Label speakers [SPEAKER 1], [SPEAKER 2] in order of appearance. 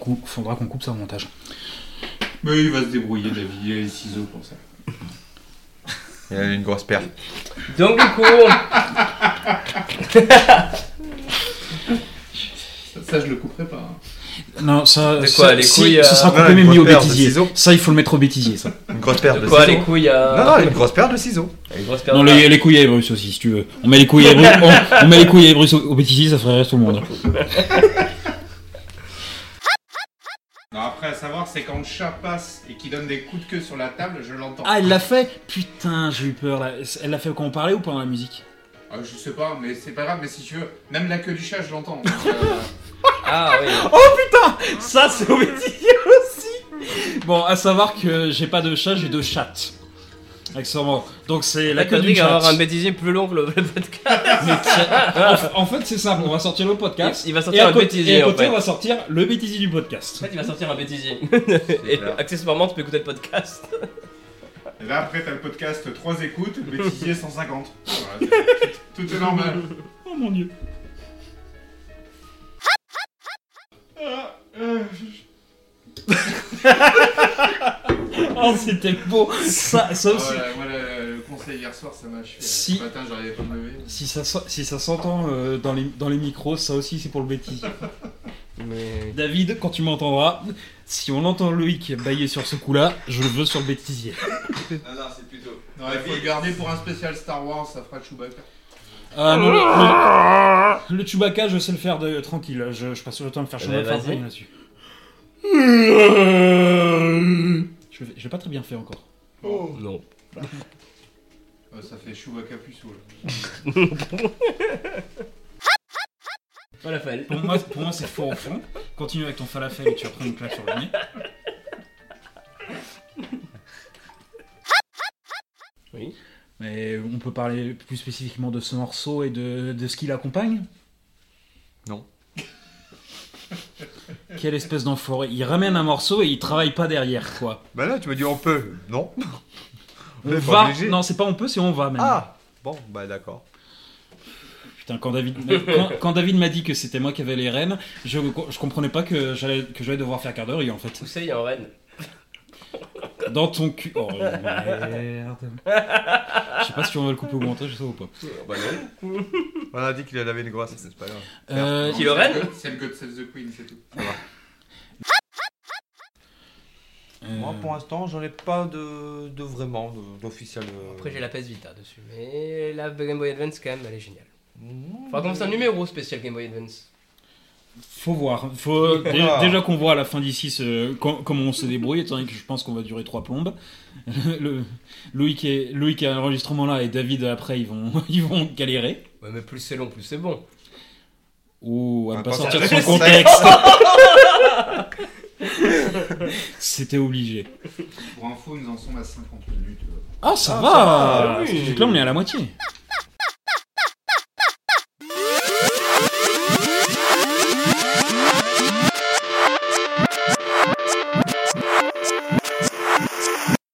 [SPEAKER 1] qu'on faudra qu'on coupe ça au montage.
[SPEAKER 2] Mais il va se débrouiller, David, il a les ciseaux pour ça.
[SPEAKER 3] Il a une grosse perte.
[SPEAKER 4] Donc du coup,
[SPEAKER 2] Ça, ça, je le couperai pas. hein.
[SPEAKER 1] Non, ça.
[SPEAKER 4] De
[SPEAKER 1] ça-
[SPEAKER 4] quoi, les
[SPEAKER 1] si,
[SPEAKER 4] couilles,
[SPEAKER 1] Ça
[SPEAKER 4] euh,
[SPEAKER 1] sera
[SPEAKER 3] voilà,
[SPEAKER 1] coupé, mais
[SPEAKER 3] une
[SPEAKER 1] mis au
[SPEAKER 3] grosse paire de
[SPEAKER 1] bêtisier.
[SPEAKER 3] ciseaux.
[SPEAKER 1] Ça, il faut le mettre au bêtisier, ça.
[SPEAKER 3] Une grosse
[SPEAKER 1] Ah,
[SPEAKER 3] perte
[SPEAKER 4] de
[SPEAKER 1] bah,
[SPEAKER 3] de
[SPEAKER 4] quoi les
[SPEAKER 3] ciseaux.
[SPEAKER 4] couilles à...
[SPEAKER 3] Non, non, une grosse paire de ciseaux.
[SPEAKER 4] Les grosses
[SPEAKER 1] Non,
[SPEAKER 4] perles.
[SPEAKER 1] les, les couilles à Ebrus aussi, si tu veux. On met les couilles à Ebrus, on, on met les couilles à Ebrus au, au bêtisier, ça ferait rire tout le monde.
[SPEAKER 2] Non, après, à savoir, c'est quand le chat passe et qu'il donne des coups de queue sur la table, je l'entends.
[SPEAKER 1] Ah, elle l'a fait Putain, j'ai eu peur là. Elle l'a fait quand on parlait ou pendant la musique
[SPEAKER 2] Ah, je sais pas, mais c'est pas grave, mais si tu veux, même la queue du chat, je l'entends. Donc, euh,
[SPEAKER 4] Ah oui.
[SPEAKER 1] Oh, Ça, c'est au bêtisier aussi Bon, à savoir que j'ai pas de chat, j'ai deux chattes. Accessoirement. Donc c'est la
[SPEAKER 4] La
[SPEAKER 1] queue d'une
[SPEAKER 4] connerie va
[SPEAKER 1] chatte.
[SPEAKER 4] avoir un bêtisier plus long que le le podcast.
[SPEAKER 1] Mais tiens, en en fait, c'est simple, on va sortir le podcast.
[SPEAKER 4] Il va
[SPEAKER 1] Et
[SPEAKER 4] sortir
[SPEAKER 1] à,
[SPEAKER 4] un
[SPEAKER 1] côté, et
[SPEAKER 4] bêtisier
[SPEAKER 1] à
[SPEAKER 4] en
[SPEAKER 1] côté,
[SPEAKER 4] fait.
[SPEAKER 1] on
[SPEAKER 4] En
[SPEAKER 1] va sortir le bêtisier du podcast.
[SPEAKER 4] fait, il va sortir un bêtisier.
[SPEAKER 3] C'est
[SPEAKER 4] Et
[SPEAKER 3] clair.
[SPEAKER 4] accessoirement, tu peux écouter le podcast.
[SPEAKER 2] et là, après, t'as le podcast 3 écoutes, le bêtisier 150. Voilà, c'est- tout est normal.
[SPEAKER 1] Oh mon dieu.
[SPEAKER 2] Ah, euh,
[SPEAKER 1] Oh, c'était beau. Ça, ça aussi.
[SPEAKER 2] voilà, moi, le, le conseil hier soir, ça m'a achevé.
[SPEAKER 1] Si.
[SPEAKER 2] Ce matin, j'arrivais pas à me lever.
[SPEAKER 1] Si ça, so- si ça s'entend euh, dans, les, dans les micros, ça aussi c'est pour le bêtisier.
[SPEAKER 4] Mais...
[SPEAKER 1] David, quand tu m'entendras, si on entend Loïc bailler sur ce coup-là, je le veux sur le bêtisier.
[SPEAKER 3] Non, non, c'est plutôt.
[SPEAKER 2] Non, il faut le garder pour un spécial Star Wars, ça fera Chewbacca.
[SPEAKER 1] Ah non, le, le- le Chewbacca, je sais le faire de, tranquille. Je, je passe le temps de me faire
[SPEAKER 4] Eh
[SPEAKER 1] Chewbacca
[SPEAKER 4] ben, vas-y.
[SPEAKER 1] Farfrain là-dessus. Je vais, je l'ai pas très bien fait encore.
[SPEAKER 2] Bon,
[SPEAKER 4] Oh, Non.
[SPEAKER 2] euh, ça fait Chewbacca puceau. là.
[SPEAKER 4] Falafel.
[SPEAKER 1] Pour moi, pour moi c'est faux au fond. Continue avec ton falafel et tu vas prendre une claque sur le nez.
[SPEAKER 4] Oui.
[SPEAKER 1] Mais on peut parler plus spécifiquement de ce morceau et de, de ce qui l'accompagne
[SPEAKER 3] Non.
[SPEAKER 1] Quelle espèce d'enfoiré. Il ramène un morceau et il travaille pas derrière, quoi.
[SPEAKER 3] Bah là, tu me dis on peut. Non.
[SPEAKER 1] On
[SPEAKER 3] Mais pas
[SPEAKER 1] va.
[SPEAKER 3] obligé.
[SPEAKER 1] Non, c'est pas on peut, c'est on va même.
[SPEAKER 3] Ah Bon, bah d'accord.
[SPEAKER 1] Putain, quand David, quand, quand David m'a dit que c'était moi qui avais les rênes, je, je comprenais pas que j'allais que j'allais devoir faire quart d'heure et en fait.
[SPEAKER 4] Où c'est, il y a un Rennes
[SPEAKER 1] Dans ton cul. Oh merde. Je sais pas si on va le couper au montage, je sais ou pas.
[SPEAKER 3] Bah non. On a dit qu'il en avait une grosse, c'est pas grave.
[SPEAKER 1] Euh,
[SPEAKER 4] Qui Lorraine
[SPEAKER 2] C'est le God- C'est le God Save the Queen, c'est tout.
[SPEAKER 1] euh,
[SPEAKER 3] Moi, pour l'instant, j'en ai pas de, de vraiment de- d'officiel. euh,
[SPEAKER 4] Après, j'ai la PS Vita dessus. Mais la Game Boy Advance, quand même, elle est géniale.
[SPEAKER 3] non,
[SPEAKER 4] Faudra qu'on fasse un numéro spécial Game Boy Advance.
[SPEAKER 1] euh, Faut voir. Faut, dé- déjà, qu'on voit à la fin d'ici ce- com- comment on se débrouille, étant donné que je pense qu'on va durer trois plombes. Le, Loïc, et, Loïc à l'enregistrement là et David après, ils vont, ils vont galérer.
[SPEAKER 4] Ouais, mais plus c'est long, plus c'est bon.
[SPEAKER 1] Ou à ne
[SPEAKER 3] Ah,
[SPEAKER 1] pas
[SPEAKER 3] pas
[SPEAKER 1] sortir de
[SPEAKER 3] sortir.
[SPEAKER 1] son contexte. C'était obligé.
[SPEAKER 2] Pour info, nous en sommes à 50 minutes. euh,
[SPEAKER 1] Ah, ça
[SPEAKER 3] Ah,
[SPEAKER 1] va
[SPEAKER 3] ça
[SPEAKER 4] va, oui.
[SPEAKER 1] Parce que Là, on est à la moitié.